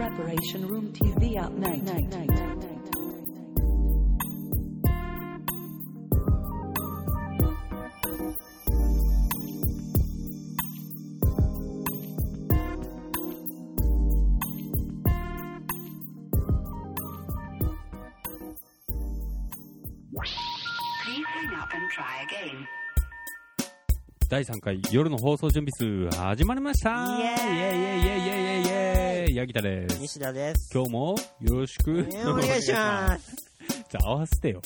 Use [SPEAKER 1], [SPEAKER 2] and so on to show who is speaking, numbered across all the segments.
[SPEAKER 1] Operation Room TV at night. night, night, night, night.
[SPEAKER 2] 第3回夜の放送準備数始まりました
[SPEAKER 3] イエーイ
[SPEAKER 2] イエーイイエーイイエーイイエーイヤギタです。
[SPEAKER 3] 西田 です。
[SPEAKER 2] 今日もよろしく。
[SPEAKER 3] お願いしますす。
[SPEAKER 2] じゃあ合わせてよ。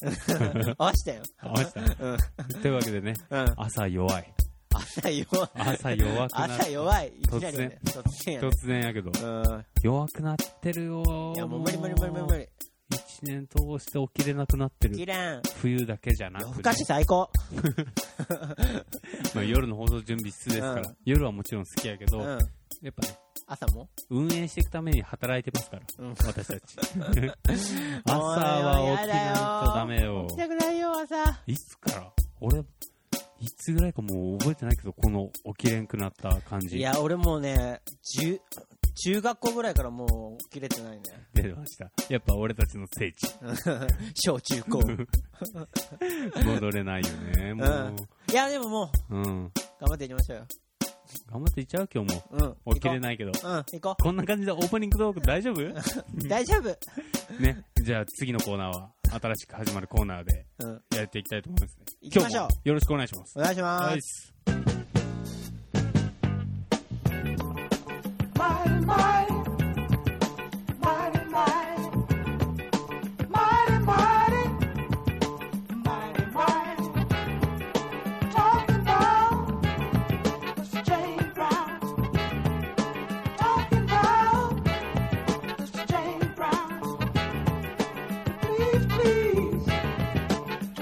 [SPEAKER 3] 合わせたよ。
[SPEAKER 2] 合わせたね。
[SPEAKER 3] うん。
[SPEAKER 2] というわけでね、
[SPEAKER 3] うん。
[SPEAKER 2] 朝弱い。
[SPEAKER 3] 朝弱い。
[SPEAKER 2] 朝弱くなっ
[SPEAKER 3] 朝弱い。いきなり、ね。突然やね。
[SPEAKER 2] 突然やけど、
[SPEAKER 3] うん。
[SPEAKER 2] 弱くなってるよ
[SPEAKER 3] いや、もう無理無理無理無理無理。
[SPEAKER 2] 一年通して起きれなくなって
[SPEAKER 3] 切
[SPEAKER 2] る。
[SPEAKER 3] らん。
[SPEAKER 2] 冬だけじゃな
[SPEAKER 3] 夜
[SPEAKER 2] く
[SPEAKER 3] 更
[SPEAKER 2] て
[SPEAKER 3] か、し最高。
[SPEAKER 2] まあ、夜の放送準備室ですから、
[SPEAKER 3] うん
[SPEAKER 2] 夜はもちろん好きやけど、
[SPEAKER 3] う
[SPEAKER 2] や
[SPEAKER 3] ん。
[SPEAKER 2] っぱね、
[SPEAKER 3] 朝も
[SPEAKER 2] 運営していくために働いてますから、
[SPEAKER 3] うん
[SPEAKER 2] 私 たち。朝は起きないとダメよ
[SPEAKER 3] 起き。たくないよ、朝。
[SPEAKER 2] いつから俺、いつぐらいかもう覚えてないけど、この起きれんくなった感じ
[SPEAKER 3] いや、俺もうね、中、中学校ぐらいからもう起きれてないね。
[SPEAKER 2] 出てました。やっぱ俺たちの聖地。
[SPEAKER 3] 小中 高。
[SPEAKER 2] 戻れないよね、もう。
[SPEAKER 3] いや、でももう、
[SPEAKER 2] うん。
[SPEAKER 3] 頑張っていきましょうよ。
[SPEAKER 2] 頑張っていっちゃう今日も。
[SPEAKER 3] うん。
[SPEAKER 2] 起きれ
[SPEAKER 3] い。
[SPEAKER 2] ないけど。
[SPEAKER 3] うん、行こ
[SPEAKER 2] こんな感じでオープニングトーク大丈 夫
[SPEAKER 3] う。大丈夫。
[SPEAKER 2] ね。じゃあ次のコーナーは、新しく始まるコーナーで
[SPEAKER 3] うん。
[SPEAKER 2] やっていきたいと思いますね。
[SPEAKER 3] 行きましょう
[SPEAKER 2] 今日もよろしくお願いします。
[SPEAKER 3] お願いしま
[SPEAKER 2] は
[SPEAKER 3] す
[SPEAKER 2] い。。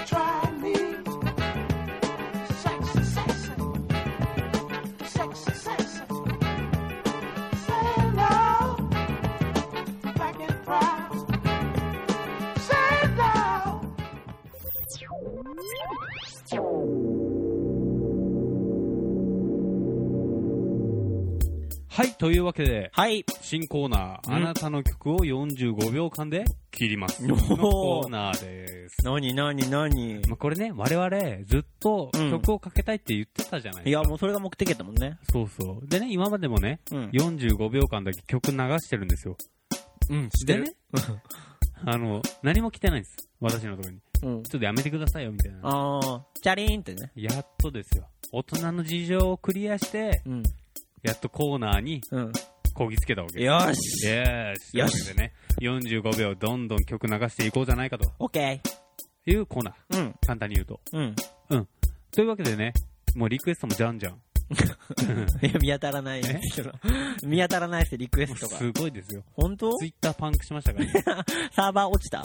[SPEAKER 4] Try me. Sexy, sexy, sexy, sexy. Say no, black and brown. Say no.
[SPEAKER 2] はい、というわけで、
[SPEAKER 3] はい。
[SPEAKER 2] 新コーナー、
[SPEAKER 3] うん
[SPEAKER 2] あなたの曲を45秒間で切ります。の
[SPEAKER 3] おー
[SPEAKER 2] コーナーです。
[SPEAKER 3] なになになに
[SPEAKER 2] まあ、これね、我々、ずっと
[SPEAKER 3] うん
[SPEAKER 2] 曲をかけたいって言ってたじゃない
[SPEAKER 3] い
[SPEAKER 2] ですか。
[SPEAKER 3] や、もうそれが目的だったもんね。
[SPEAKER 2] そうそう。でね、今までもね、
[SPEAKER 3] うん。
[SPEAKER 2] 45秒間だけ曲流してるんですよ。
[SPEAKER 3] うん、
[SPEAKER 2] でね、あの、何も来てないんです。私のところに。
[SPEAKER 3] うん。
[SPEAKER 2] ちょっとやめてくださいよ、みたいな。
[SPEAKER 3] あー、チャリーンってね。
[SPEAKER 2] やっとですよ。大人の事情をクリアして、
[SPEAKER 3] うん。
[SPEAKER 2] やっとコーナーに
[SPEAKER 3] うん。
[SPEAKER 2] こぎつけたわけです。
[SPEAKER 3] よし
[SPEAKER 2] よし。
[SPEAKER 3] よし
[SPEAKER 2] というわけでね、45秒どんどん曲流していこうじゃないかと
[SPEAKER 3] オッケ
[SPEAKER 2] いうコーナー。
[SPEAKER 3] ー。うん。
[SPEAKER 2] 簡単に言うと。
[SPEAKER 3] うん。
[SPEAKER 2] というわけでね、もうリクエストもじゃんじゃん。
[SPEAKER 3] いや、見当たらないね。見当たらないですリクエストが。
[SPEAKER 2] すごいですよ。
[SPEAKER 3] 本当
[SPEAKER 2] ツイッターパンクしましたから ね。
[SPEAKER 3] サーバー落ちた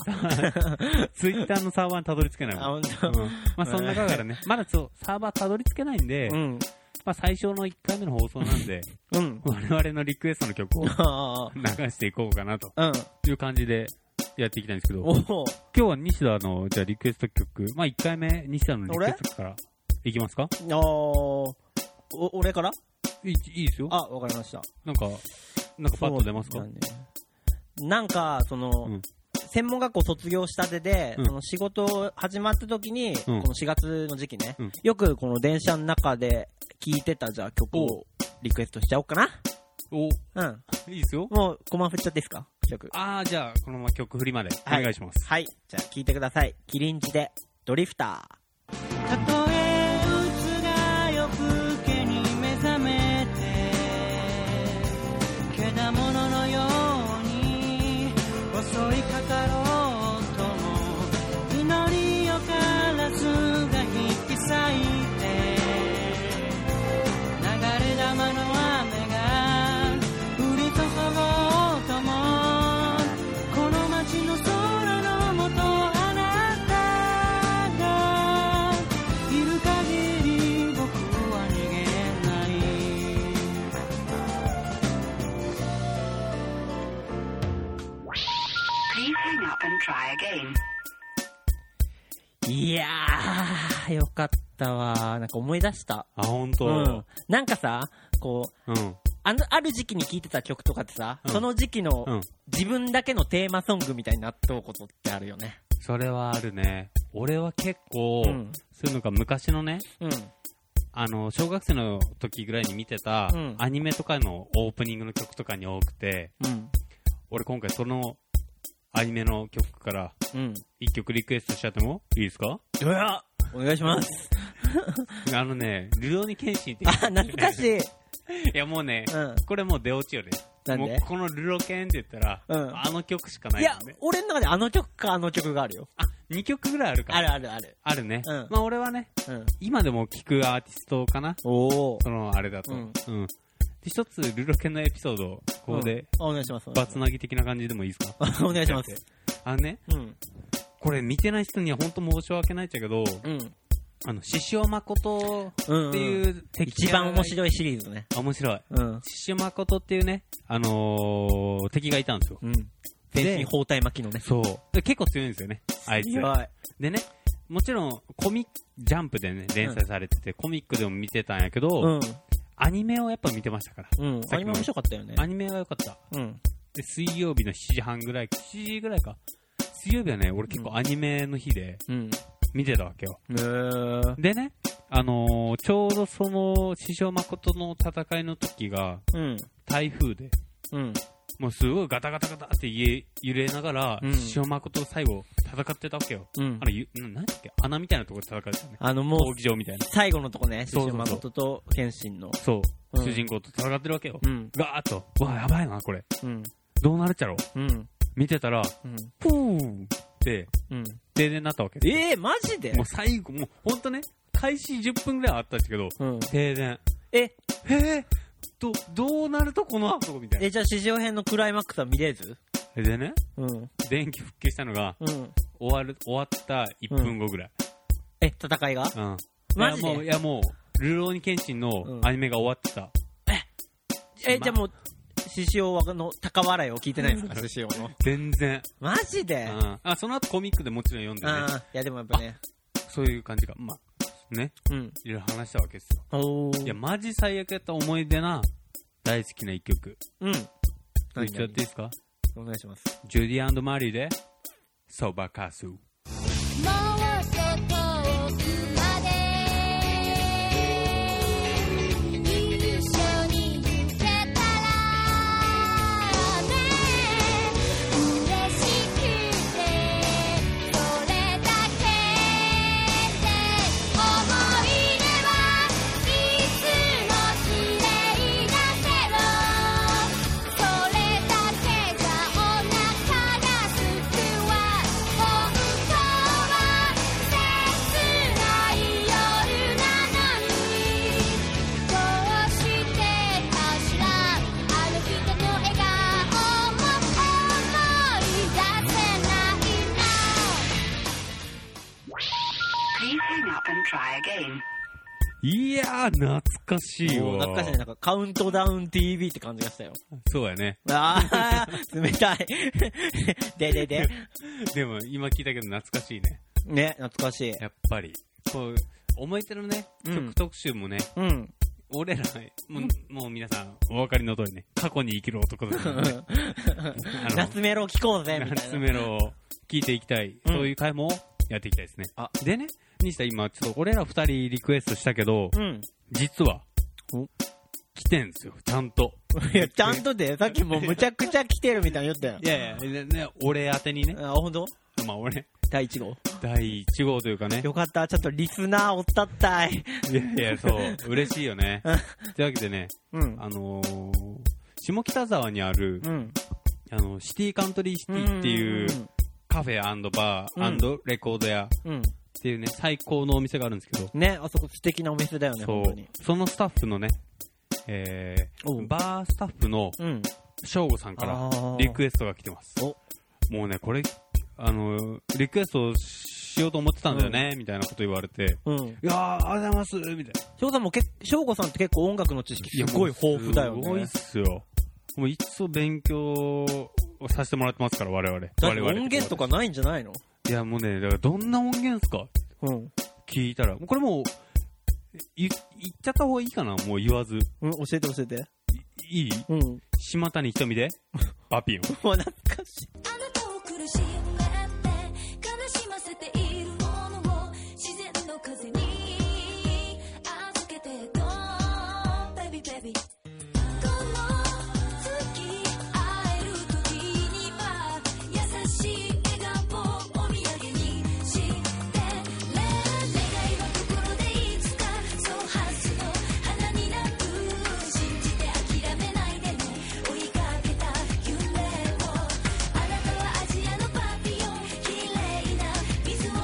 [SPEAKER 2] ツイッターのサーバーにたどり着けない
[SPEAKER 3] あ、
[SPEAKER 2] もん。
[SPEAKER 3] 本
[SPEAKER 2] うん、
[SPEAKER 3] 当
[SPEAKER 2] まあそんな中からね、まだそうサーバーたどり着けないんで、
[SPEAKER 3] うん。
[SPEAKER 2] まあ最初の1回目の放送なん で、
[SPEAKER 3] うん。
[SPEAKER 2] 我々のリクエストの曲を
[SPEAKER 3] あ
[SPEAKER 2] 流していこうかなと
[SPEAKER 3] ー。うん。
[SPEAKER 2] いう感じでやっていきたいんですけど、今
[SPEAKER 3] おお。
[SPEAKER 2] 日は西田の、じゃあリクエスト曲、まあ1回目、西田のリクエストからいきますか
[SPEAKER 3] あー。お、俺から
[SPEAKER 2] いいいいですよ。
[SPEAKER 3] あ、わかりました。
[SPEAKER 2] なんか、なんかパッと出ますか
[SPEAKER 3] そうなんだよねなんか、その、
[SPEAKER 2] うん
[SPEAKER 3] 専門学校卒業したてで、
[SPEAKER 2] うん
[SPEAKER 3] その仕事始まった時に、この4月の時期ね、
[SPEAKER 2] うん
[SPEAKER 3] よくこの電車の中で聴いてたじゃあ曲をリクエストしちゃおうか
[SPEAKER 2] お、い
[SPEAKER 3] な。うん。
[SPEAKER 2] いですよ。
[SPEAKER 3] もう、コマ振っちゃっていいですか曲。
[SPEAKER 2] ああ、じゃあ、このまま曲振りまでお願いします。
[SPEAKER 3] はい。じゃあ聴いてください。キリンジで、ドリフター。たとえ鬱が夜更けに目覚めてけだもののように襲いかかろうとも祈りよからずが引き裂いて流れ玉の雨が降り注ごうともこの街の空のもとあなたがいる限り僕は逃げないいやーよかったわなんか思い出した
[SPEAKER 2] あ、本当。
[SPEAKER 3] うんなんかさこう
[SPEAKER 2] うん。
[SPEAKER 3] あの、ある時期に聴いてた曲とかってさ、
[SPEAKER 2] うん
[SPEAKER 3] その時期の、
[SPEAKER 2] うん
[SPEAKER 3] 自分だけのテーマソングみたいになっとうことってあるよね。
[SPEAKER 2] それはあるね。俺は結構、
[SPEAKER 3] うん
[SPEAKER 2] そういうのが昔のね、
[SPEAKER 3] うん。
[SPEAKER 2] あの、小学生の時ぐらいに見てた
[SPEAKER 3] うん、
[SPEAKER 2] アニメとかのオープニングの曲とかに多くて、
[SPEAKER 3] うん。
[SPEAKER 2] 俺今回そのアニメの曲から
[SPEAKER 3] うん。
[SPEAKER 2] 一曲リクエストしちゃってもいいですか
[SPEAKER 3] うわお願いします。
[SPEAKER 2] あのね、ルローニケンシンって
[SPEAKER 3] あ、懐かしい。
[SPEAKER 2] いやもうね、
[SPEAKER 3] うん
[SPEAKER 2] これもう出落ちよね。
[SPEAKER 3] なん
[SPEAKER 2] も
[SPEAKER 3] で
[SPEAKER 2] うこのルロケンって言ったら、
[SPEAKER 3] うん
[SPEAKER 2] あの曲しかないいよ
[SPEAKER 3] や
[SPEAKER 2] ね、。
[SPEAKER 3] 俺の中であの曲かあの曲があるよ。
[SPEAKER 2] あ、2曲ぐらいあるか。
[SPEAKER 3] あるあるある。
[SPEAKER 2] あるね。
[SPEAKER 3] うん
[SPEAKER 2] まあ俺はね、
[SPEAKER 3] うん。
[SPEAKER 2] 今でも聴くアーティストかな。
[SPEAKER 3] おお。
[SPEAKER 2] そのあれだと。
[SPEAKER 3] う
[SPEAKER 2] うんん。で一つ、ルロケンのエピソードをここで、
[SPEAKER 3] うん、あお願いします。
[SPEAKER 2] バツナギ的な感じでもいいですか
[SPEAKER 3] お願いします。
[SPEAKER 2] あのね、
[SPEAKER 3] うん。
[SPEAKER 2] これ見てない人には本当申し訳ないっちゃけど、
[SPEAKER 3] うん。
[SPEAKER 2] あの、獅子王誠
[SPEAKER 3] うん、
[SPEAKER 2] っていう敵
[SPEAKER 3] 一
[SPEAKER 2] が
[SPEAKER 3] 番面白いシリーズね。
[SPEAKER 2] 面白い。
[SPEAKER 3] うん。
[SPEAKER 2] 獅子王誠っていうね、あのー敵がいたんですよ。
[SPEAKER 3] うん。全身包帯巻きのね。
[SPEAKER 2] そう。で結構強いんですよね、あいつ。
[SPEAKER 3] 弱い。
[SPEAKER 2] でね、もちろん、コミック、ジャンプでね、連載されてて、コミックでも見てたんやけど、
[SPEAKER 3] うん。
[SPEAKER 2] アニメをやっぱ見てましたから。
[SPEAKER 3] うん。
[SPEAKER 2] さ
[SPEAKER 3] あ
[SPEAKER 2] っ
[SPEAKER 3] れ
[SPEAKER 2] き
[SPEAKER 3] も
[SPEAKER 2] の
[SPEAKER 3] 面白かったよね。
[SPEAKER 2] アニメは良かった。
[SPEAKER 3] うん。
[SPEAKER 2] で、水曜日の7時半ぐらい、7時ぐらいか。水曜日はね、俺結構アニメの日で
[SPEAKER 3] うん。
[SPEAKER 2] 見てたわけよ。
[SPEAKER 3] ねー
[SPEAKER 2] でね、あのーちょうどその、師匠誠の戦いの時が、
[SPEAKER 3] うん。
[SPEAKER 2] 台風で、
[SPEAKER 3] うん。
[SPEAKER 2] もうすごいガタガタガタって家揺れながら、
[SPEAKER 3] うん
[SPEAKER 2] 師匠誠最後戦ってたわけよ。
[SPEAKER 3] うん
[SPEAKER 2] あ。の、ゆななんだっけ穴みたいなところで戦ってたよね。
[SPEAKER 3] あの、も
[SPEAKER 2] 闘
[SPEAKER 3] う、
[SPEAKER 2] 技場みたいな。
[SPEAKER 3] 最後のとこね、
[SPEAKER 2] そうそうそう
[SPEAKER 3] 獅子誠と謙信の。
[SPEAKER 2] そう、
[SPEAKER 3] うん
[SPEAKER 2] 主人公と戦ってるわけよ。
[SPEAKER 3] うん。
[SPEAKER 2] ガーッと、うわ、やばいな、これ。
[SPEAKER 3] うん。
[SPEAKER 2] どうなるっちゃろう。
[SPEAKER 3] うん。
[SPEAKER 2] 見てたら、
[SPEAKER 3] うん。
[SPEAKER 2] プーって、
[SPEAKER 3] うん。
[SPEAKER 2] 停電になったわけ。
[SPEAKER 3] ええ、マジで
[SPEAKER 2] もう最後、もうほんとね、開始10分ぐらいはあったんですけど、
[SPEAKER 3] うん。
[SPEAKER 2] 停電。
[SPEAKER 3] え、
[SPEAKER 2] へえど、どうなるとこの後みたい
[SPEAKER 3] え、じゃあ、史上編のクライマックスは見れず
[SPEAKER 2] な。でね、
[SPEAKER 3] うん。
[SPEAKER 2] 電気復旧したのが、
[SPEAKER 3] うん。
[SPEAKER 2] 終わる、終わった1分後ぐらい。
[SPEAKER 3] え、戦いが
[SPEAKER 2] うん。
[SPEAKER 3] マジ
[SPEAKER 2] いやもう、い
[SPEAKER 3] で
[SPEAKER 2] やもう、ルローニケンシンのアニメが終わってた。
[SPEAKER 3] え、じゃあもう、獅子王はの高笑いを聞いてないんですか、獅子王の。
[SPEAKER 2] 全然。
[SPEAKER 3] マジ
[SPEAKER 2] う
[SPEAKER 3] であ
[SPEAKER 2] ん。あ、その後コミックでもちろん読んでね、
[SPEAKER 3] あ、いやでもやっぱね。
[SPEAKER 2] そういう感じが、まあ、ね、
[SPEAKER 3] うん。
[SPEAKER 2] いろいろ話したわけですよ。
[SPEAKER 3] お
[SPEAKER 2] いや、マジ最悪やった思い出な、大好きな一曲。
[SPEAKER 3] うん。
[SPEAKER 2] 言っちゃっていいですか
[SPEAKER 3] お願いします。
[SPEAKER 2] ジュディマリーで、そばかす。
[SPEAKER 5] 「もうそこをくまで」「一緒に行けたらね」「嬉しくてそれだけで」「思い出はいつも綺麗だけど」「それだけじゃお腹がすくわ」「本当は切ない夜なのに」「どうしてかしら」「あの人の笑顔も思い出せないな」
[SPEAKER 6] Please hang up and try again.
[SPEAKER 2] いやー、懐かしい
[SPEAKER 3] お
[SPEAKER 2] わ。
[SPEAKER 3] 懐かしいね。なんか、カウントダウン TV って感じがしたよ。
[SPEAKER 2] そうやね。
[SPEAKER 3] あ あ、冷たい。ででで。
[SPEAKER 2] でも、今聞いたけど懐かしいね。
[SPEAKER 3] ね、懐かしい。
[SPEAKER 2] やっぱり。こう、思い出のね、
[SPEAKER 3] うん
[SPEAKER 2] 曲特集もね、
[SPEAKER 3] うん。
[SPEAKER 2] 俺ら、もう、もう皆さん、お分かりの通りね、過去に生きる男だ からねの
[SPEAKER 3] 夏メロ聞こうぜ、みたいな。
[SPEAKER 2] 夏メロを聴いていきたい、
[SPEAKER 3] うん
[SPEAKER 2] そういう回もやっていきたいですね。
[SPEAKER 3] あ
[SPEAKER 2] でね、西田今、ちょっと俺ら二人リクエストしたけど、
[SPEAKER 3] うん。
[SPEAKER 2] 実は
[SPEAKER 3] お、
[SPEAKER 2] 来てんですよ、ちゃんと。
[SPEAKER 3] いや、ちゃんとで、さっきもうむちゃくちゃ来てるみたいに言ったよ。
[SPEAKER 2] いやいや、ねね、俺宛てにね、
[SPEAKER 3] あ、ほんと
[SPEAKER 2] まあ俺、
[SPEAKER 3] 第1号。
[SPEAKER 2] 第1号というかね、
[SPEAKER 3] よかった、ちょっとリスナーおったったい。
[SPEAKER 2] いやいや、そう、嬉しいよね。というわけでね、
[SPEAKER 3] うん。
[SPEAKER 2] あのー下北沢にある、
[SPEAKER 3] うん。
[SPEAKER 2] あの、シティカントリーシティっていう、カフェバーレコード屋
[SPEAKER 3] うん。
[SPEAKER 2] っていうね、最高のお店があるんですけど、
[SPEAKER 3] ね、あそこ素敵なお店だよね、
[SPEAKER 2] そ
[SPEAKER 3] 本当に。
[SPEAKER 2] う、そのスタッフのね、え
[SPEAKER 3] おう
[SPEAKER 2] ー、バースタッフの
[SPEAKER 3] うん。
[SPEAKER 2] 翔吾さんから
[SPEAKER 3] あー
[SPEAKER 2] リクエストが来てます。
[SPEAKER 3] お
[SPEAKER 2] もうね、これ、あの、リクエストしようと思ってたんだよね、みたいなこと言われて、
[SPEAKER 3] うん。
[SPEAKER 2] いやー、ありがとうございますみたいな。
[SPEAKER 3] 翔さんもけ、翔吾さんって結構音楽の知識
[SPEAKER 2] や
[SPEAKER 3] すごい豊富だよ
[SPEAKER 2] すごいっ
[SPEAKER 3] ね。
[SPEAKER 2] すよ。もう一層勉強をさせてもらってますから、我々。
[SPEAKER 3] だっ
[SPEAKER 2] 我
[SPEAKER 3] て
[SPEAKER 2] 々
[SPEAKER 3] 音源とかないんじゃないの
[SPEAKER 2] いや、もうね、だからどんな音源っすか
[SPEAKER 3] うん。
[SPEAKER 2] 聞いたら。これもう、い言っちゃった方がいいかなもう言わず。
[SPEAKER 3] うん、教えて教えて。
[SPEAKER 2] いい
[SPEAKER 3] うん。
[SPEAKER 2] 島谷ひと みで、パピヨン。
[SPEAKER 3] もう懐かしい。
[SPEAKER 5] あなたを苦しめて悲しませているものを自然の風に預けてとベビベビこの月会える時には優しい笑顔をお土産にしてね願いは心でいつかそう発すの花になる信じて諦めないでね追いかけた夢をあなたはアジアのパピオン綺麗な水を飲む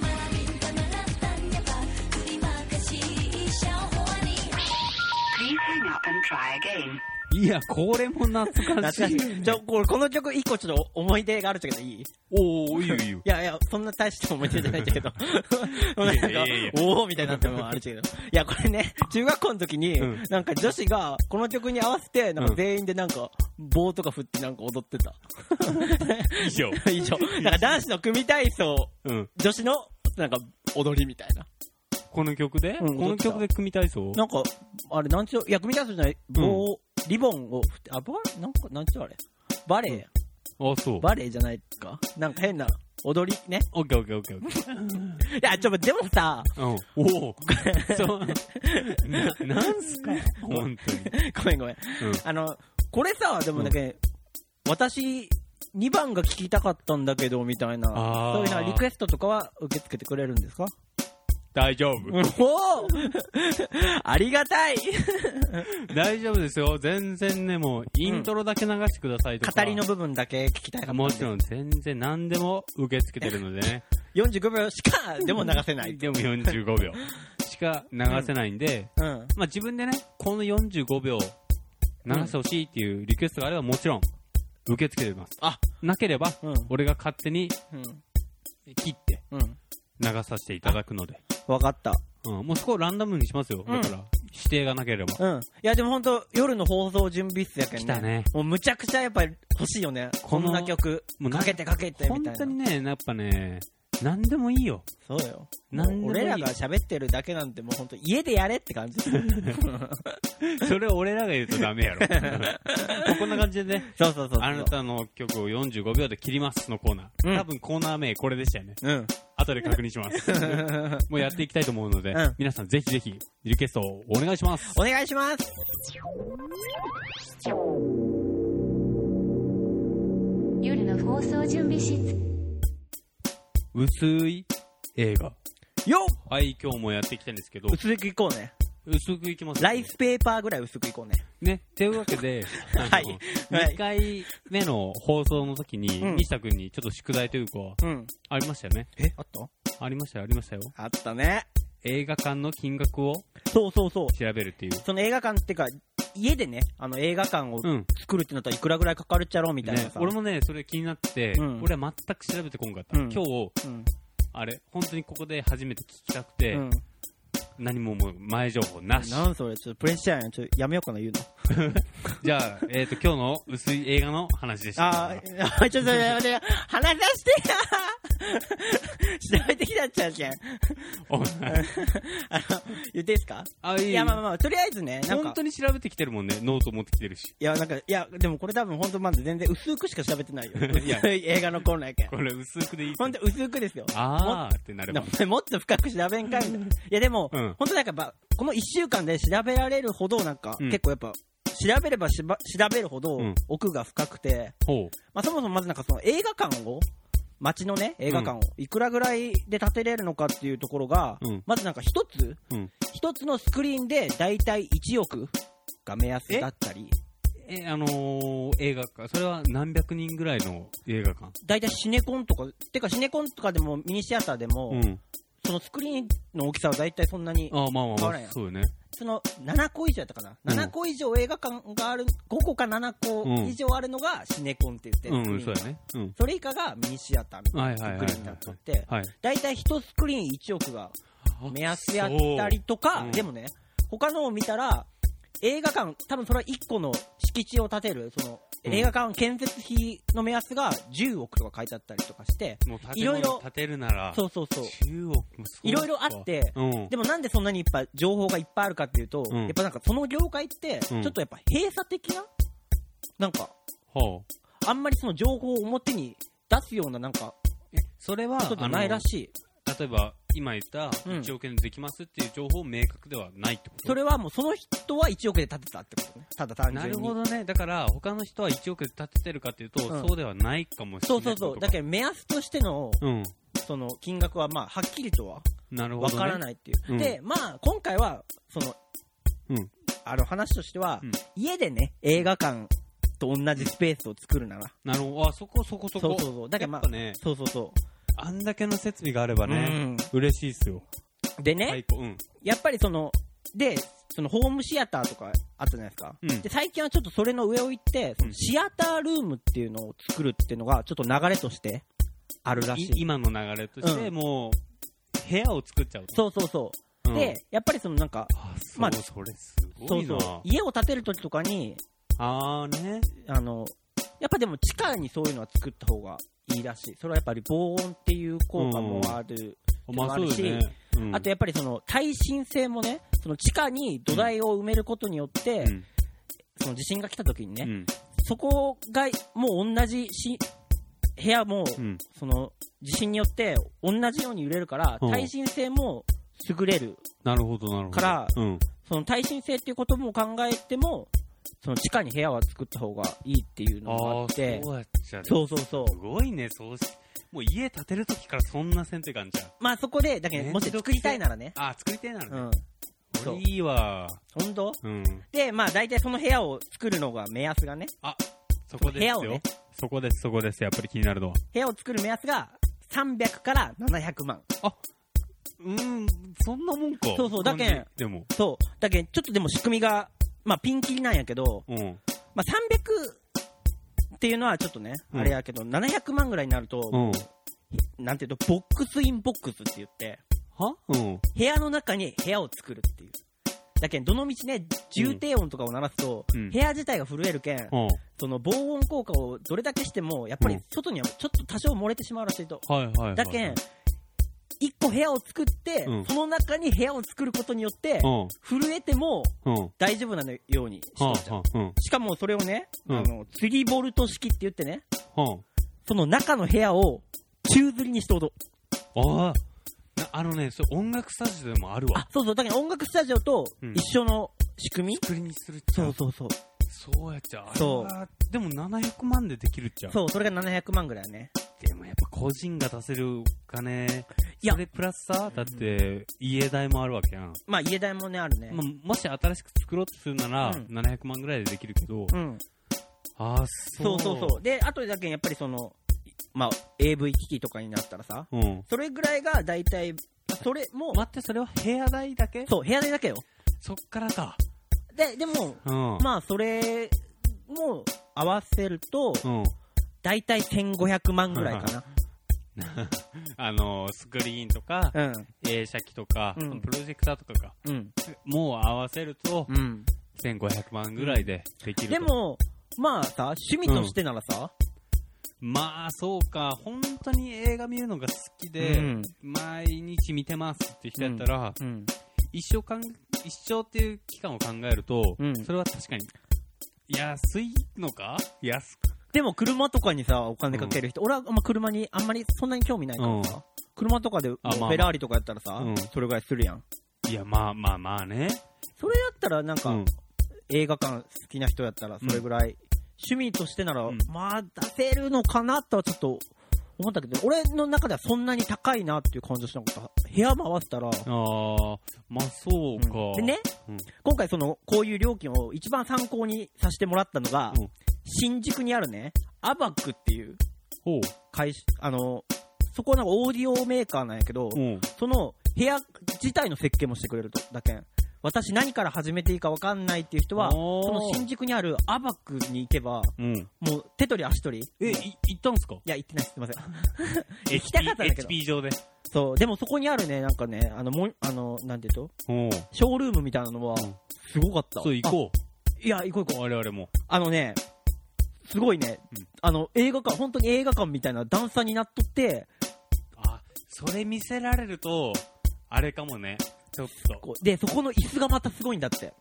[SPEAKER 5] マラビンタマラタンヤバ振りまかし一生ホワニ
[SPEAKER 6] Please hang up and try again.
[SPEAKER 2] いや、これも懐
[SPEAKER 3] 懐
[SPEAKER 2] か
[SPEAKER 3] か
[SPEAKER 2] し
[SPEAKER 3] し
[SPEAKER 2] い。
[SPEAKER 3] い。じゃあ、これこの曲一個ちょっと思い出があるんだけどいい
[SPEAKER 2] おおいいよいいよ
[SPEAKER 3] い。やいや、そんな大した思い出じゃないんだけど。
[SPEAKER 2] い
[SPEAKER 3] な
[SPEAKER 2] や
[SPEAKER 3] んか
[SPEAKER 2] いやいや、
[SPEAKER 3] おおみたいになったのもあるけど。いや、これね、中学校の時に
[SPEAKER 2] うん、
[SPEAKER 3] なんか女子が、この曲に合わせて、なん
[SPEAKER 2] う
[SPEAKER 3] か
[SPEAKER 2] ん
[SPEAKER 3] 全員でなんか、棒とか振ってなんか踊ってた。
[SPEAKER 2] 以上。
[SPEAKER 3] 以上。なんか男子の組体操、
[SPEAKER 2] うん。
[SPEAKER 3] 女子の、なんか、踊りみたいな。
[SPEAKER 2] この曲で、
[SPEAKER 3] うん
[SPEAKER 2] この曲で組体操
[SPEAKER 3] なんか、あれ、なんちゅう、いや、組体操じゃない、棒、リボンを振って、あ、バなんか、なんちゅうあれ。バレエ、
[SPEAKER 2] あ、そう。
[SPEAKER 3] バレエじゃないか。なんか変な、踊りね。
[SPEAKER 2] オッケーオッケーオッケーオッケ
[SPEAKER 3] いや、ちょ、でもさ、
[SPEAKER 2] ー。 うん。おおそう。 な、なんすか本当に。
[SPEAKER 3] ごめんごめん。
[SPEAKER 2] うん
[SPEAKER 3] あの、これさ、でもだけ、私、2番が聞きたかったんだけど、みたいな。
[SPEAKER 2] あー
[SPEAKER 3] そういうのはリクエストとかは受け付けてくれるんですか
[SPEAKER 2] 大丈
[SPEAKER 3] お
[SPEAKER 2] 夫。
[SPEAKER 3] お あり がたい
[SPEAKER 2] 大丈夫ですよ。全然ね、もう、イントロだけ流してくださいとか。
[SPEAKER 3] 語りの部分だけ聞きたいかったん
[SPEAKER 2] も
[SPEAKER 3] で
[SPEAKER 2] ちろん、全然何でも受け付けてるので ね。
[SPEAKER 3] 45秒しか、でも流せない。
[SPEAKER 2] でも45秒しか流せないんで、
[SPEAKER 3] うん。
[SPEAKER 2] まあ自分でね、この45秒流してほしいっていうリクエストがあればもちろん受け付けてます。
[SPEAKER 3] あ、
[SPEAKER 2] なければ
[SPEAKER 3] うん、
[SPEAKER 2] 俺が勝手に
[SPEAKER 3] うん。
[SPEAKER 2] 切って
[SPEAKER 3] うん。
[SPEAKER 2] 流させていただくので。
[SPEAKER 3] わかった。
[SPEAKER 2] うん、もうそこをランダムにしますよ。
[SPEAKER 3] うん
[SPEAKER 2] だから、指定がなければ。
[SPEAKER 3] うん。いや、でも本当夜の放送準備室やけんね。
[SPEAKER 2] 来たね
[SPEAKER 3] もうむちゃくちゃやっぱり欲しいよね。こ
[SPEAKER 2] この
[SPEAKER 3] んな曲。
[SPEAKER 2] もうな
[SPEAKER 3] かけてかけてみ
[SPEAKER 2] 本
[SPEAKER 3] たいな。
[SPEAKER 2] 当にね、やっぱね、何でもいいよ。
[SPEAKER 3] そうよ。
[SPEAKER 2] なんでもいい
[SPEAKER 3] もう俺らが喋ってるだけなんてもう本当家でやれって 感じ。
[SPEAKER 2] それを俺らが言うとダメやろ。こんな感じでね、
[SPEAKER 3] そうそうそうそう。
[SPEAKER 2] あなたの曲を45秒で切りますのコーナ
[SPEAKER 3] う
[SPEAKER 2] ー。
[SPEAKER 3] ん
[SPEAKER 2] 多分コーナー名これでしたよね。
[SPEAKER 3] うん。
[SPEAKER 2] 後で確認します。 もうやっていきたいと思うので、
[SPEAKER 3] うん
[SPEAKER 2] 皆さんぜひぜひリクエストをお願いします。
[SPEAKER 3] お願いします。
[SPEAKER 7] 夜の放送準備室
[SPEAKER 2] 薄い映画。
[SPEAKER 3] よっ
[SPEAKER 2] はい、今日もやっていきたいんですけど、
[SPEAKER 3] 薄くいこうね。
[SPEAKER 2] 薄くいきます、
[SPEAKER 3] ライス。ペーパーぐらい薄くいこうね。
[SPEAKER 2] ね。というわけ で、
[SPEAKER 3] はいはい
[SPEAKER 2] 2回目の放送の時に、
[SPEAKER 3] うん
[SPEAKER 2] 西田君にちょっと宿題というか、
[SPEAKER 3] うん。
[SPEAKER 2] ありましたよね。
[SPEAKER 3] えあった
[SPEAKER 2] ありましたよ、ありましたよ。
[SPEAKER 3] あったね。
[SPEAKER 2] 映画館の金額を
[SPEAKER 3] そうそうそう。
[SPEAKER 2] 調べるっていう。
[SPEAKER 3] その映画館っていうか、家でね、あの映画館を
[SPEAKER 2] うん。
[SPEAKER 3] 作るってなったらいくらぐらいかかるっちゃろうみたいな
[SPEAKER 2] ね
[SPEAKER 3] さ。、
[SPEAKER 2] 俺もね、それ気になって、
[SPEAKER 3] うん
[SPEAKER 2] 俺は全く調べてこんかった。
[SPEAKER 3] うん
[SPEAKER 2] 今日、
[SPEAKER 3] うん。
[SPEAKER 2] あれ、本当にここで初めて聞きたくて、
[SPEAKER 3] うん。
[SPEAKER 2] 何ももう前情報なし。
[SPEAKER 3] なんそれ、ちょっとプレッシャーやん。ちょっとやめようかな、言うの。
[SPEAKER 2] じゃあ、えっ、と、今日の薄い映画の話でした。
[SPEAKER 3] ああ、ちょっとやめて、話さしてや 調べてきたっちゃうけん。
[SPEAKER 2] おい
[SPEAKER 3] あの、言っていいですか
[SPEAKER 2] あ、いい。
[SPEAKER 3] いや、まあまあ、とりあえずね、なん
[SPEAKER 2] 本
[SPEAKER 3] か
[SPEAKER 2] 当、に調べてきてるもんね。ノート持ってきてるし。
[SPEAKER 3] いや、なんか、いや、でもこれ多分本当まだ全然薄くしか喋ってないよ。
[SPEAKER 2] いや
[SPEAKER 3] 薄い映画のコーナーやけん。
[SPEAKER 2] これ薄くでいい。
[SPEAKER 3] 本当薄くですよ。
[SPEAKER 2] あーってなれば。
[SPEAKER 3] ももっと深く調べんかいみたいな。いや、でも、
[SPEAKER 2] うん
[SPEAKER 3] 本当なんかば、この1週間で調べられるほど、なんか、
[SPEAKER 2] うん
[SPEAKER 3] 結構やっぱ、調べればしば調べるほど
[SPEAKER 2] うん、
[SPEAKER 3] 奥が深くて、
[SPEAKER 2] ほう。
[SPEAKER 3] まあ、そもそもまずなんかその映画館を、街のね、映画館を、いくらぐらいで建てれるのかっていうところが、
[SPEAKER 2] うん
[SPEAKER 3] まずなんか一つ、
[SPEAKER 2] うん。
[SPEAKER 3] 一つのスクリーンで大体1億が目安だったり、
[SPEAKER 2] え、あのー、映画館。それは何百人ぐらいの映画館。
[SPEAKER 3] 大体シネコンとか、てかシネコンとかでもミニシアターでも、
[SPEAKER 2] うん。
[SPEAKER 3] そのスクリーンの大きさは大体そんなに、
[SPEAKER 2] あーまあまあ
[SPEAKER 3] 変
[SPEAKER 2] ま
[SPEAKER 3] わらん
[SPEAKER 2] あ
[SPEAKER 3] や、ん
[SPEAKER 2] そうよね。
[SPEAKER 3] その7個以上やったかな、
[SPEAKER 2] うん
[SPEAKER 3] 7個以上映画館がある、5個か7個
[SPEAKER 2] うん
[SPEAKER 3] 以上あるのがシネコンって言って、
[SPEAKER 2] う
[SPEAKER 3] ス
[SPEAKER 2] ん、
[SPEAKER 3] ク
[SPEAKER 2] そ
[SPEAKER 3] リーン
[SPEAKER 2] うやね。うん。
[SPEAKER 3] それ以下がミニシアターみた
[SPEAKER 2] はいいはい
[SPEAKER 3] な
[SPEAKER 2] はいは
[SPEAKER 3] スクリーンになっとって
[SPEAKER 2] い。、はい。
[SPEAKER 3] 大体1スクリーン1億が目安やったり
[SPEAKER 2] そ
[SPEAKER 3] と
[SPEAKER 2] う
[SPEAKER 3] か
[SPEAKER 2] うん、
[SPEAKER 3] でもね、他のを見たら、映画館、多分それは1個の敷地を建てる、その
[SPEAKER 2] うん
[SPEAKER 3] 映画館建設費の目安が10億とか書いてあったりとかして、
[SPEAKER 2] もう
[SPEAKER 3] い
[SPEAKER 2] 建
[SPEAKER 3] ろい
[SPEAKER 2] 物
[SPEAKER 3] ろ
[SPEAKER 2] 建てるなら、
[SPEAKER 3] そうそうそう。
[SPEAKER 2] 中国もすご
[SPEAKER 3] いろいろあって
[SPEAKER 2] うん。
[SPEAKER 3] でもなんでそんなにいっぱい情報がいっぱいあるかっていうと、
[SPEAKER 2] うん
[SPEAKER 3] やっぱなんかその業界って、ち
[SPEAKER 2] う
[SPEAKER 3] ょ
[SPEAKER 2] ん
[SPEAKER 3] っとやっぱ閉鎖的な、なんか、
[SPEAKER 2] ほう
[SPEAKER 3] あんまりその情報を表に出すようななんか、
[SPEAKER 2] それは
[SPEAKER 3] ことじゃないらしい。
[SPEAKER 2] あの例えば今言った
[SPEAKER 3] うん
[SPEAKER 2] 1億円でできますっていう情報明確ではないってこと
[SPEAKER 3] それはもうその人は1億で建てたってことね。ただ単純に。
[SPEAKER 2] なるほどねだから他の人は1億で建ててるかっていうと、
[SPEAKER 3] うん
[SPEAKER 2] そうではないかもしれ
[SPEAKER 3] そ
[SPEAKER 2] な
[SPEAKER 3] う
[SPEAKER 2] い
[SPEAKER 3] そうそう。
[SPEAKER 2] ってこと
[SPEAKER 3] だ
[SPEAKER 2] か
[SPEAKER 3] けど目安としての、
[SPEAKER 2] うん
[SPEAKER 3] その金額はまあ、はっきりとは
[SPEAKER 2] なるほど、
[SPEAKER 3] わ
[SPEAKER 2] ね、
[SPEAKER 3] からないっていう。
[SPEAKER 2] うん
[SPEAKER 3] で、まあ、今回は、その、
[SPEAKER 2] うん
[SPEAKER 3] あの話としては、
[SPEAKER 2] うん
[SPEAKER 3] 家でね、映画館と同じスペースを作るなら、
[SPEAKER 2] なるほどあそこそこそこ
[SPEAKER 3] そうそうそうだからま
[SPEAKER 2] や
[SPEAKER 3] あ
[SPEAKER 2] っぱね
[SPEAKER 3] そうそうそ
[SPEAKER 2] あんだけの設備があれば
[SPEAKER 3] う。
[SPEAKER 2] ね、嬉しいっすよ
[SPEAKER 3] うんでね、
[SPEAKER 2] 最高うん
[SPEAKER 3] やっぱりその、で、そのホームシアターとかあったじゃないですか。
[SPEAKER 2] うん
[SPEAKER 3] で、最近はちょっとそれの上を行って、そのシアタールームっていうのを作るっていうのが、ちょっと流れとしてあるらし
[SPEAKER 2] い
[SPEAKER 3] い。
[SPEAKER 2] 今の流れとして、
[SPEAKER 3] うん
[SPEAKER 2] もう部屋を作っちゃうと
[SPEAKER 3] そうそうそう。
[SPEAKER 2] うん
[SPEAKER 3] で、やっぱりそのなんか、
[SPEAKER 2] あそう、
[SPEAKER 3] まあ
[SPEAKER 2] それす
[SPEAKER 3] そ
[SPEAKER 2] ご
[SPEAKER 3] う
[SPEAKER 2] い
[SPEAKER 3] そ
[SPEAKER 2] な
[SPEAKER 3] う、家を建てるときとかに、
[SPEAKER 2] ああね
[SPEAKER 3] あの、やっぱでも地下にそういうのは作った方がいいらしい。それはやっぱり防音っていう効果もある。
[SPEAKER 2] まあそうだね、うん
[SPEAKER 3] あとやっぱりその耐震性もね、その地下に土台を埋めることによって、
[SPEAKER 2] うん
[SPEAKER 3] その地震が来たときにね、
[SPEAKER 2] うん
[SPEAKER 3] そこがもう同じし部屋も、
[SPEAKER 2] うん
[SPEAKER 3] その地震によって同じように揺れるから、
[SPEAKER 2] うん
[SPEAKER 3] 耐震性も優れる、
[SPEAKER 2] なるほどなるほど
[SPEAKER 3] から
[SPEAKER 2] うん
[SPEAKER 3] その耐震性っていうことも考えても、その地下に部屋は作った方がいいっていうのもあ
[SPEAKER 2] あ
[SPEAKER 3] っ
[SPEAKER 2] あ
[SPEAKER 3] て、
[SPEAKER 2] そうやっちゃう
[SPEAKER 3] そうそうそう
[SPEAKER 2] す、ごいねそうしもう家建てる時からそんな先定感じゃん
[SPEAKER 3] まあそこで、だけど、
[SPEAKER 2] ね
[SPEAKER 3] もし作りたいならね、
[SPEAKER 2] あー作りてえなのね、
[SPEAKER 3] うん、
[SPEAKER 2] こ
[SPEAKER 3] そう
[SPEAKER 2] れいいわ
[SPEAKER 3] 本当
[SPEAKER 2] うん
[SPEAKER 3] で、まあ大体その部屋を作るのが目安がね、
[SPEAKER 2] あそこです
[SPEAKER 3] 部屋
[SPEAKER 2] よ、
[SPEAKER 3] をね
[SPEAKER 2] そこですそこですやっぱり気になるのは
[SPEAKER 3] 部屋を作る目安が300から700万。
[SPEAKER 2] うんそんなもんか
[SPEAKER 3] そうそうだけん
[SPEAKER 2] 感じでも
[SPEAKER 3] そう、だけど、ちょっとでも仕組みが、まあピンキリなんやけど、
[SPEAKER 2] うん
[SPEAKER 3] まあ、300っていうのはちょっとね、
[SPEAKER 2] うん
[SPEAKER 3] あれやけど、700万ぐらいになると、
[SPEAKER 2] うん
[SPEAKER 3] なんていうと、ボックスインボックスって言って、
[SPEAKER 2] はうん
[SPEAKER 3] 部屋の中に部屋を作るっていう。だけん、どのみちね、重低音とかを鳴らすと、
[SPEAKER 2] うん
[SPEAKER 3] 部屋自体が震えるけん、
[SPEAKER 2] うん
[SPEAKER 3] その防音効果をどれだけしても、やっぱ
[SPEAKER 2] う
[SPEAKER 3] り
[SPEAKER 2] ん
[SPEAKER 3] 外にはちょっと多少漏れてしまうらしいと。
[SPEAKER 2] はいはいはいはい
[SPEAKER 3] だけん、一個部屋を作って、
[SPEAKER 2] うん
[SPEAKER 3] その中に部屋を作ることによって
[SPEAKER 2] う、ん
[SPEAKER 3] 震えても
[SPEAKER 2] うんは
[SPEAKER 3] 大丈夫なようにし
[SPEAKER 2] あ
[SPEAKER 3] と
[SPEAKER 2] は
[SPEAKER 3] っちゃう。
[SPEAKER 2] あうん
[SPEAKER 3] しかもそれをね、
[SPEAKER 2] うん
[SPEAKER 3] あの、釣りボルト式って言ってね、
[SPEAKER 2] は
[SPEAKER 3] その中の部屋を宙吊りにしておど
[SPEAKER 2] ああーなあのねそれ音楽スタジオでもあるわ
[SPEAKER 3] あ、そうそう、だから音楽スタジオと
[SPEAKER 2] うん
[SPEAKER 3] 一緒の仕組み、
[SPEAKER 2] 作りにするっちゃ
[SPEAKER 3] そうそうそう。
[SPEAKER 2] そうやっちゃあれ
[SPEAKER 3] そう
[SPEAKER 2] はでも700万でできるっちゃ
[SPEAKER 3] そう、それが700万ぐらいね。
[SPEAKER 2] でもやっぱ個人が出せる金
[SPEAKER 3] いや
[SPEAKER 2] それプラスさだって家代もあるわけやん、
[SPEAKER 3] まあ家代もね、あるね
[SPEAKER 2] ま。あ、もし新しく作ろうとするなら、
[SPEAKER 3] うん
[SPEAKER 2] 700万ぐらいでできるけど、
[SPEAKER 3] うん。
[SPEAKER 2] ああ
[SPEAKER 3] そ
[SPEAKER 2] そうう
[SPEAKER 3] そうそう。で、あとだけやっぱりその、まあ AV 機器とかになったらさ、
[SPEAKER 2] うん、
[SPEAKER 3] それぐらいが大体、あそれも、
[SPEAKER 2] 待ってそれは部屋代だけ
[SPEAKER 3] そう、部屋代だけよ。
[SPEAKER 2] そっからか
[SPEAKER 3] で、でも、
[SPEAKER 2] うん、
[SPEAKER 3] まあそれも合わせると、
[SPEAKER 2] うん、
[SPEAKER 3] 大体1500万ぐらいか
[SPEAKER 2] あのースクリーンとか、
[SPEAKER 3] な。
[SPEAKER 2] 映写機とか、
[SPEAKER 3] うん
[SPEAKER 2] プロジェクターとかが
[SPEAKER 3] うん。うん。
[SPEAKER 2] もう合わせると
[SPEAKER 3] うん。
[SPEAKER 2] 1500万ぐらいでできると
[SPEAKER 3] でも、まあさ、趣味としてならさ、
[SPEAKER 2] まあそうか本当に映画見るのが好きで、
[SPEAKER 3] うん
[SPEAKER 2] 毎日見てますって人やったら、
[SPEAKER 3] うん。
[SPEAKER 2] 一生かん一生っていう期間を考えると、
[SPEAKER 3] うん
[SPEAKER 2] それは確かに安いのか安く
[SPEAKER 3] でも車とかにさ、お金かける人、俺はあんま車にあんまりそんなに興味ないからさ、
[SPEAKER 2] う
[SPEAKER 3] 車とかでもう
[SPEAKER 2] まあまあ
[SPEAKER 3] フェラーリとかやったらさ、
[SPEAKER 2] うん
[SPEAKER 3] それぐらいするやん。
[SPEAKER 2] いやまあまあまあね
[SPEAKER 3] それやったらなんか、
[SPEAKER 2] うん
[SPEAKER 3] 映画館好きな人やったらそれぐらい、趣味としてなら、
[SPEAKER 2] うん
[SPEAKER 3] まあ出せるのかなとはちょっと思ったけど、俺の中ではそんなに高いなっていう感じはしなかった。部屋も合わせたら、
[SPEAKER 2] あーまあそうか、
[SPEAKER 3] うんでね、
[SPEAKER 2] うん
[SPEAKER 3] 今回その、こういう料金を一番参考にさせてもらったのが、
[SPEAKER 2] うん
[SPEAKER 3] 新宿にあるね、アバックっていう
[SPEAKER 2] ほう
[SPEAKER 3] 会社、あの、そこはなんかオーディオメーカーなんやけど、
[SPEAKER 2] うん
[SPEAKER 3] その部屋自体の設計もしてくれると、だけん。私何から始めていいかわかんないっていう人は、
[SPEAKER 2] おー
[SPEAKER 3] その新宿にあるアバックに行けば、
[SPEAKER 2] うん
[SPEAKER 3] もう手取り足取り。
[SPEAKER 2] えい
[SPEAKER 3] い
[SPEAKER 2] 行ったんすか
[SPEAKER 3] や、行ってない、すいません。
[SPEAKER 2] 行
[SPEAKER 3] きたかったんだけど
[SPEAKER 2] HP 上で
[SPEAKER 3] そう、でもそこにあるね、なんかね、あの、もんあの、なんていうと、
[SPEAKER 2] ほう
[SPEAKER 3] ショールームみたいなのは
[SPEAKER 2] ん、
[SPEAKER 3] すごかった。
[SPEAKER 2] そう行こう
[SPEAKER 3] う。いや、行こう行こう。
[SPEAKER 2] 我々も
[SPEAKER 3] あのね、すごいね、
[SPEAKER 2] うん
[SPEAKER 3] あの映画館、本当に映画館みたいな段差になっとって、
[SPEAKER 2] あ、それ見せられると、あれかもね。ちょっと。
[SPEAKER 3] こうで、そこの椅子がまたすごいんだって、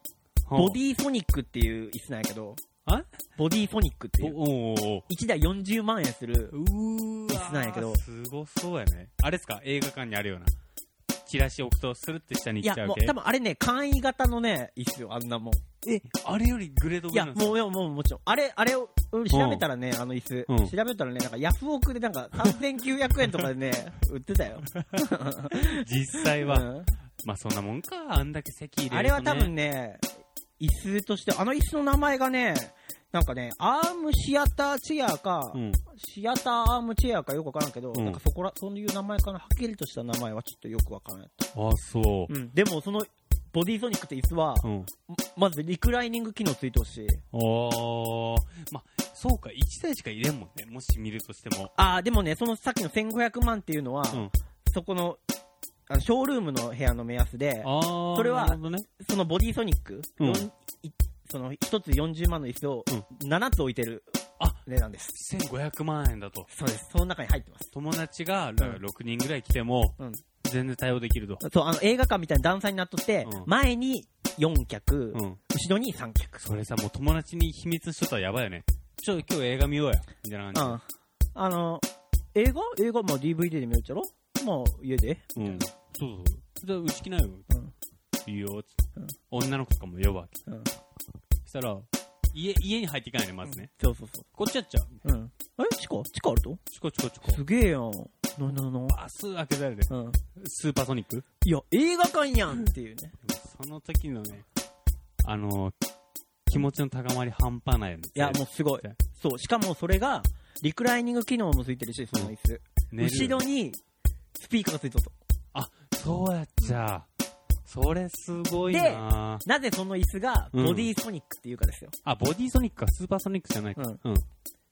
[SPEAKER 3] ボディーソニックっていう椅子なんやけど、
[SPEAKER 2] あ
[SPEAKER 3] ボディーソニックって
[SPEAKER 2] お
[SPEAKER 3] いう、
[SPEAKER 2] おーおー
[SPEAKER 3] 1台40万円する、
[SPEAKER 2] うーわー
[SPEAKER 3] 椅子なんやけど
[SPEAKER 2] すごそうやね。あれっすか映画館にあるような。チラシ置くとスルって下に
[SPEAKER 3] い
[SPEAKER 2] 行
[SPEAKER 3] や
[SPEAKER 2] っちゃ、う
[SPEAKER 3] も
[SPEAKER 2] 系
[SPEAKER 3] う多分あれね、簡易型のね、椅子よ、あんなもん。
[SPEAKER 2] え、あれよりグレード
[SPEAKER 3] い
[SPEAKER 2] 上
[SPEAKER 3] や、
[SPEAKER 2] なんですか
[SPEAKER 3] もう、いやもう、もちろん。あれ、あれを、うん調べたらね、あの椅子、
[SPEAKER 2] うん
[SPEAKER 3] 調べたらね、なんかヤフオクでなんか3900円とか でね、売ってたよ。
[SPEAKER 2] 実際は、
[SPEAKER 3] うん
[SPEAKER 2] まあそんなもんか。あんだけ席入れると、ね。
[SPEAKER 3] あれは多分ね、椅子として、あの椅子の名前がね、なんかね、アームシアターチェアか、
[SPEAKER 2] うん。
[SPEAKER 3] シアターアームチェアかよくわからんけど、
[SPEAKER 2] うん
[SPEAKER 3] なんかそこら、そういう名前かな、はっきりとした名前はちょっとよくわからんやった。
[SPEAKER 2] あ、そうう。
[SPEAKER 3] ん、でもその、ボディソニックって椅子は、
[SPEAKER 2] うん。
[SPEAKER 3] まずリクライニング機能ついてほしい。
[SPEAKER 2] おー。まあ、そうか。1台しか入れんもんね。もし見るとしても。
[SPEAKER 3] あー、でもね、そのさっきの1500万っていうのは、
[SPEAKER 2] うん。
[SPEAKER 3] そこの、あのショールームの部屋の目安で、
[SPEAKER 2] あー。
[SPEAKER 3] それは
[SPEAKER 2] なるほどね。
[SPEAKER 3] そのボディソニック、
[SPEAKER 2] うん
[SPEAKER 3] よんいその1つ40万の椅子を7つ置いてる
[SPEAKER 2] あ
[SPEAKER 3] 例なんです。
[SPEAKER 2] 1500万円だと。
[SPEAKER 3] そうです。その中に入ってます。
[SPEAKER 2] 友達がだから6人ぐらい来ても、
[SPEAKER 3] うん
[SPEAKER 2] 全然対応できると。
[SPEAKER 3] そう、あの映画館みたいな段差になっとって、
[SPEAKER 2] うん
[SPEAKER 3] 前に4脚、
[SPEAKER 2] うん。
[SPEAKER 3] 後ろに3脚。
[SPEAKER 2] それさ、もう友達に秘密しとったらやばいよね。ちょ、今日映画見ようや。みたいな
[SPEAKER 3] う
[SPEAKER 2] 感
[SPEAKER 3] ん。あの、映画映画も DVD で見るっちゃろもう家で。
[SPEAKER 2] じ。うん。そうそう。じゃあ、うち来ないよ。
[SPEAKER 3] うん
[SPEAKER 2] いいよ。女の子とかも呼ぶわけ。
[SPEAKER 3] うん
[SPEAKER 2] そしたら、家、家に入っていかないね、まずね。
[SPEAKER 3] そうそうそ
[SPEAKER 2] こっちやっちゃう。
[SPEAKER 3] う。うん。えチコチコあると
[SPEAKER 2] チコチコチコ。
[SPEAKER 3] すげえやん。ななな
[SPEAKER 2] バス開けたれで。
[SPEAKER 3] うん。
[SPEAKER 2] スーパーソニック
[SPEAKER 3] いや、映画館やんっていうね。
[SPEAKER 2] その時のね、あの、気持ちの高まり半端ないよね。
[SPEAKER 3] いや、もうすごい。そう、しかもそれが、リクライニング機能もついてるし、その椅子。
[SPEAKER 2] 寝るよね
[SPEAKER 3] 後ろに、スピーカーがついてると。
[SPEAKER 2] あ、そうやっちゃ。それすごいな
[SPEAKER 3] なぜその椅子が、ボディソニックっていうかですよ。
[SPEAKER 2] あ、ボディソニックか、スーパーソニックじゃないか。
[SPEAKER 3] うん
[SPEAKER 2] うん。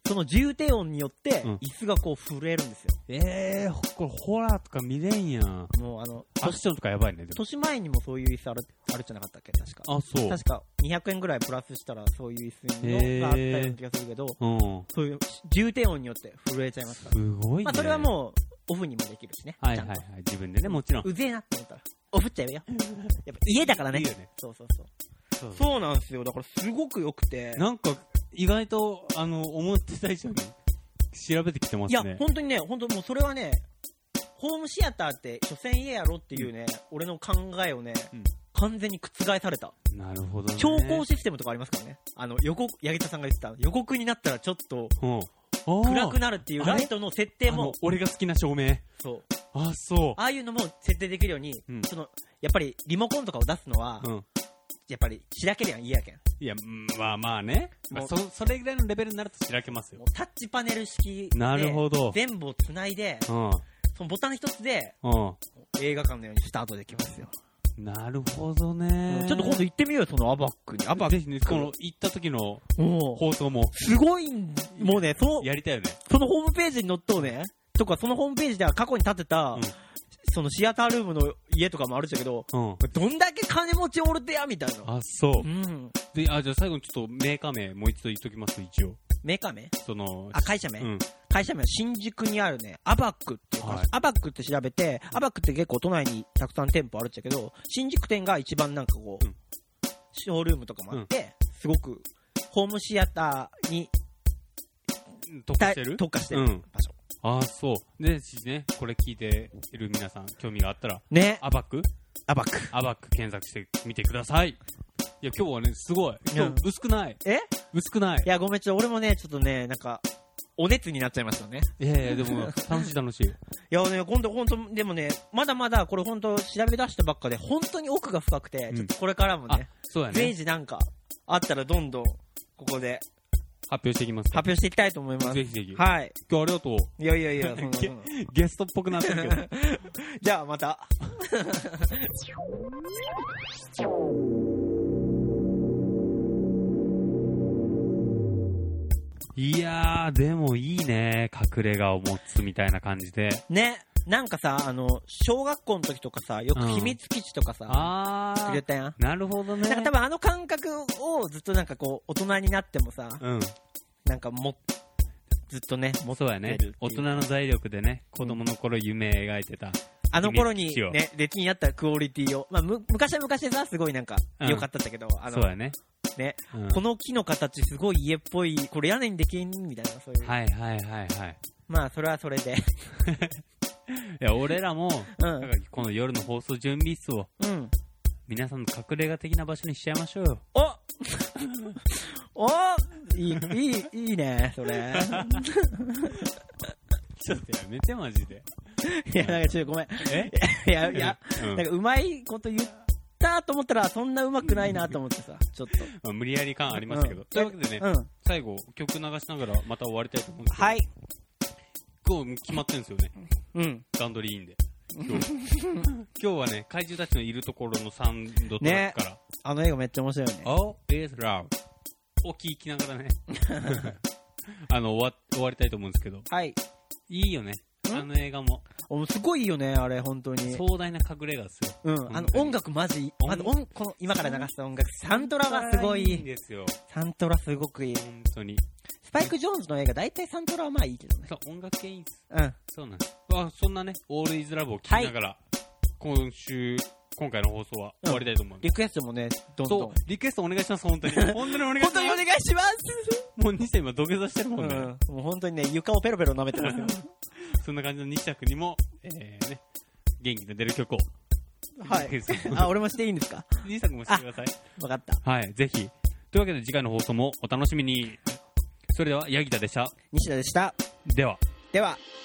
[SPEAKER 3] その重低音によって
[SPEAKER 2] うん、
[SPEAKER 3] 椅子がこう震えるんですよ。
[SPEAKER 2] ええー、これホラーとか見れんやん。
[SPEAKER 3] もうあの、
[SPEAKER 2] アクションとかやばいね、でも。
[SPEAKER 3] 年前にもそういう椅子ある、あるじゃなかったっけ確か。
[SPEAKER 2] あ、そう。
[SPEAKER 3] 確か、200円ぐらいプラスしたら、そういう椅子
[SPEAKER 2] へー
[SPEAKER 3] のがあったような気がするけど、
[SPEAKER 2] うん。
[SPEAKER 3] そういう重低音によって震えちゃいますから。
[SPEAKER 2] すごいね。
[SPEAKER 3] まあ、それはもう、オフにもできるしね。
[SPEAKER 2] はい
[SPEAKER 3] ちゃ
[SPEAKER 2] は
[SPEAKER 3] ん
[SPEAKER 2] い
[SPEAKER 3] と
[SPEAKER 2] はい。自分でね、もちろん。
[SPEAKER 3] うぜえなって思ったら、オフっちゃうよ。やっぱ家だからね。
[SPEAKER 2] いいよね
[SPEAKER 3] そうそうそう。そうなんですよ。だからすごく良くて。
[SPEAKER 2] なんか、意外と、あの、思ってた以上に、調べてきてま
[SPEAKER 3] い
[SPEAKER 2] す
[SPEAKER 3] や、
[SPEAKER 2] ね。
[SPEAKER 3] 本当にね、本当もうそれはね、ホームシアターって、所詮家やろっていうね、俺の考えをね、
[SPEAKER 2] うん
[SPEAKER 3] 完全に覆された。
[SPEAKER 2] なるほどね。
[SPEAKER 3] 調光システムとかありますからね。あの、予告、八木田さんが言ってた、予告になったらちょっと
[SPEAKER 2] うん。あー
[SPEAKER 3] 暗くなるっていう
[SPEAKER 2] あ
[SPEAKER 3] ラ
[SPEAKER 2] れ
[SPEAKER 3] イトの設定
[SPEAKER 2] あ
[SPEAKER 3] も
[SPEAKER 2] の、俺が好きな照明。
[SPEAKER 3] そう。
[SPEAKER 2] あ、そ
[SPEAKER 3] ああいうのも設定できるように、
[SPEAKER 2] うん
[SPEAKER 3] その、やっぱりリモコンとかを出すのは、
[SPEAKER 2] う。うん。
[SPEAKER 3] やっぱりしらけるやん、家やけん。
[SPEAKER 2] いや、うんまあまあね。まあ、そ、それぐらいのレベルになると開けますよ
[SPEAKER 3] も。うタッチパネル式で
[SPEAKER 2] なるほど
[SPEAKER 3] 全部をつないで、
[SPEAKER 2] うん。
[SPEAKER 3] そのボタン一つで
[SPEAKER 2] う
[SPEAKER 3] 映画館のようにスタートできますよ。
[SPEAKER 2] ん。なるほどね。
[SPEAKER 3] ちょっと今度行ってみようよ、そのアバックに。アバッ
[SPEAKER 2] ぜひね、この行った時の
[SPEAKER 3] ク。もう、
[SPEAKER 2] 放送も
[SPEAKER 3] すごいん、もうね、その、
[SPEAKER 2] やりたいよね。
[SPEAKER 3] そのホームページに載っとうね、とか、そのホームページでは過去に建てた、
[SPEAKER 2] うん
[SPEAKER 3] そのシアタールームの家とかもあるんだけど、
[SPEAKER 2] うん。
[SPEAKER 3] どんだけ金持ちおるてや、みたいな。
[SPEAKER 2] あ、そう
[SPEAKER 3] う。ん。
[SPEAKER 2] で、あ、じゃあ最後にちょっとメーカー名もう一度言っときますと、一応。
[SPEAKER 3] メカ名
[SPEAKER 2] その、
[SPEAKER 3] あ、会社名、
[SPEAKER 2] うん。
[SPEAKER 3] 会社名は新宿にあるね、アバックっていう会社、
[SPEAKER 2] はい
[SPEAKER 3] アバックって調べて、アバックって結構都内にたくさん店舗あるっちゃけど、新宿店が一番なんかこう、
[SPEAKER 2] うん
[SPEAKER 3] ショールームとかもあって、すごく、ホームシアターに
[SPEAKER 2] 特化してる
[SPEAKER 3] 特化して
[SPEAKER 2] う
[SPEAKER 3] る
[SPEAKER 2] ん。
[SPEAKER 3] 場所。
[SPEAKER 2] あ、そう。で、ぜひね、これ聞いている皆さん、興味があったら、
[SPEAKER 3] ね、
[SPEAKER 2] アバック
[SPEAKER 3] アバック。
[SPEAKER 2] アバック検索してみてください。いや、今日はね、すごい。今日、薄くない。
[SPEAKER 3] え
[SPEAKER 2] 薄くない
[SPEAKER 3] い。や、ごめん、ちょっと俺もね、ちょっとね、なんか、お熱になっちゃいましたね。
[SPEAKER 2] いやいや、でも、楽しい楽しい。
[SPEAKER 3] いやね、今度、本当でもね、まだまだこれ本当調べ出したばっかで、本当に奥が深くて、
[SPEAKER 2] うん
[SPEAKER 3] ちょっとこれからも
[SPEAKER 2] あ
[SPEAKER 3] ね、、
[SPEAKER 2] そうや
[SPEAKER 3] 随
[SPEAKER 2] ね。
[SPEAKER 3] 時なんか、あったらどんどん、ここで
[SPEAKER 2] 発表していきます。
[SPEAKER 3] 発表していきたいと思います。
[SPEAKER 2] ぜひぜひ。
[SPEAKER 3] はい。
[SPEAKER 2] 今日ありがとう。
[SPEAKER 3] いやいや いや、そんなそんな
[SPEAKER 2] ゲストっぽくなってるけど。
[SPEAKER 3] じゃあまた。
[SPEAKER 2] いやー、でもいいね。隠れ家を持つみたいな感じで。
[SPEAKER 3] ね、なんかさ、あの、小学校の時とかさ、よく秘密基地とかさ、
[SPEAKER 2] あ
[SPEAKER 3] くれ
[SPEAKER 2] ー。
[SPEAKER 3] たやん。
[SPEAKER 2] なるほどね。
[SPEAKER 3] なんか多分あの感覚をずっとなんかこう、大人になってもさ、
[SPEAKER 2] うん。
[SPEAKER 3] なんかも、ずっとね、持
[SPEAKER 2] そうやね
[SPEAKER 3] ってるってい
[SPEAKER 2] 大人の財力でね子供の頃夢描いてた、
[SPEAKER 3] あの頃に
[SPEAKER 2] 秘密基地
[SPEAKER 3] ね、出禁やったクオリティを、まあ、む昔は昔でさ、すごいなんか、
[SPEAKER 2] うん
[SPEAKER 3] 良かったんだけど、あ
[SPEAKER 2] そう
[SPEAKER 3] の、
[SPEAKER 2] やね、
[SPEAKER 3] ね、
[SPEAKER 2] うん
[SPEAKER 3] この木の形すごい家っぽい、これ屋根にできんみたいな、そういう。
[SPEAKER 2] はいはいはいはい
[SPEAKER 3] まあ、それはそれで。
[SPEAKER 2] いや俺らも、
[SPEAKER 3] うん
[SPEAKER 2] なんかこの夜の放送準備室を
[SPEAKER 3] うん。
[SPEAKER 2] 皆さんの隠れ家的な場所にしちゃいましょうよ
[SPEAKER 3] お おいい、いい、いいね、それ。
[SPEAKER 2] ちょっとやめてマジで
[SPEAKER 3] いや、なんかちょっとごめん。
[SPEAKER 2] え
[SPEAKER 3] いや、いや、
[SPEAKER 2] うん
[SPEAKER 3] なんかうまいこと言ったと思ったら、そんなうまくないなと思ってさ、ちょっと。
[SPEAKER 2] まあ無理やり感ありましたけど、
[SPEAKER 3] うん
[SPEAKER 2] というわけでね、
[SPEAKER 3] うん。
[SPEAKER 2] 最後曲流しながらまた終わりたいと思うんですけど、
[SPEAKER 3] はい。
[SPEAKER 2] 今日決まってるんですよね
[SPEAKER 3] うん。
[SPEAKER 2] 段取りいいんで今日今日はね怪獣たちのいるところのサウンドトラックから、
[SPEAKER 3] あの映画めっちゃ面白いよね。
[SPEAKER 2] All is love を聞きながらね あの終わ終わりたいと思うんですけど
[SPEAKER 3] はい。
[SPEAKER 2] いいよねあの映画も
[SPEAKER 3] おすごいよね、あれ、本当に。
[SPEAKER 2] 壮大な隠れ家ですよ
[SPEAKER 3] うん。あ
[SPEAKER 2] 本、
[SPEAKER 3] の
[SPEAKER 2] 当に
[SPEAKER 3] 音楽マジ、
[SPEAKER 2] 音
[SPEAKER 3] あの、音、この、今から流した音楽、サントラがすご
[SPEAKER 2] いいん
[SPEAKER 3] い。
[SPEAKER 2] ですよ
[SPEAKER 3] サントラすごくいい。
[SPEAKER 2] 本当に
[SPEAKER 3] スパイク・ジョーンズの映画、大体サントラはまあいいけどね。
[SPEAKER 2] そう音楽系いいんです
[SPEAKER 3] うん。
[SPEAKER 2] そうなんですあそんなね All is love を聞きながら、今週今回の放送は終わりたいと思うんで
[SPEAKER 3] リクエストもね、どんどん。
[SPEAKER 2] そうリクエストお願いします本 当に本当にお願いしま
[SPEAKER 3] 本
[SPEAKER 2] す
[SPEAKER 3] 当にお願いします
[SPEAKER 2] もう西田今土下座してる
[SPEAKER 3] う
[SPEAKER 2] もんね、
[SPEAKER 3] ん。もう本当にね、床をペロペロ舐めてますよ。
[SPEAKER 2] そんな感じの西田君にも、えーね、元気が出る曲を
[SPEAKER 3] は
[SPEAKER 2] リクエ
[SPEAKER 3] い
[SPEAKER 2] スト。
[SPEAKER 3] あ、俺もしていいんですか
[SPEAKER 2] 西田君もしてください
[SPEAKER 3] わかった。
[SPEAKER 2] はい、ぜひ。というわけで次回の放送もお楽しみに。それでは、ヤギタでした。
[SPEAKER 3] 西田でした。
[SPEAKER 2] では。
[SPEAKER 3] では、
[SPEAKER 5] E.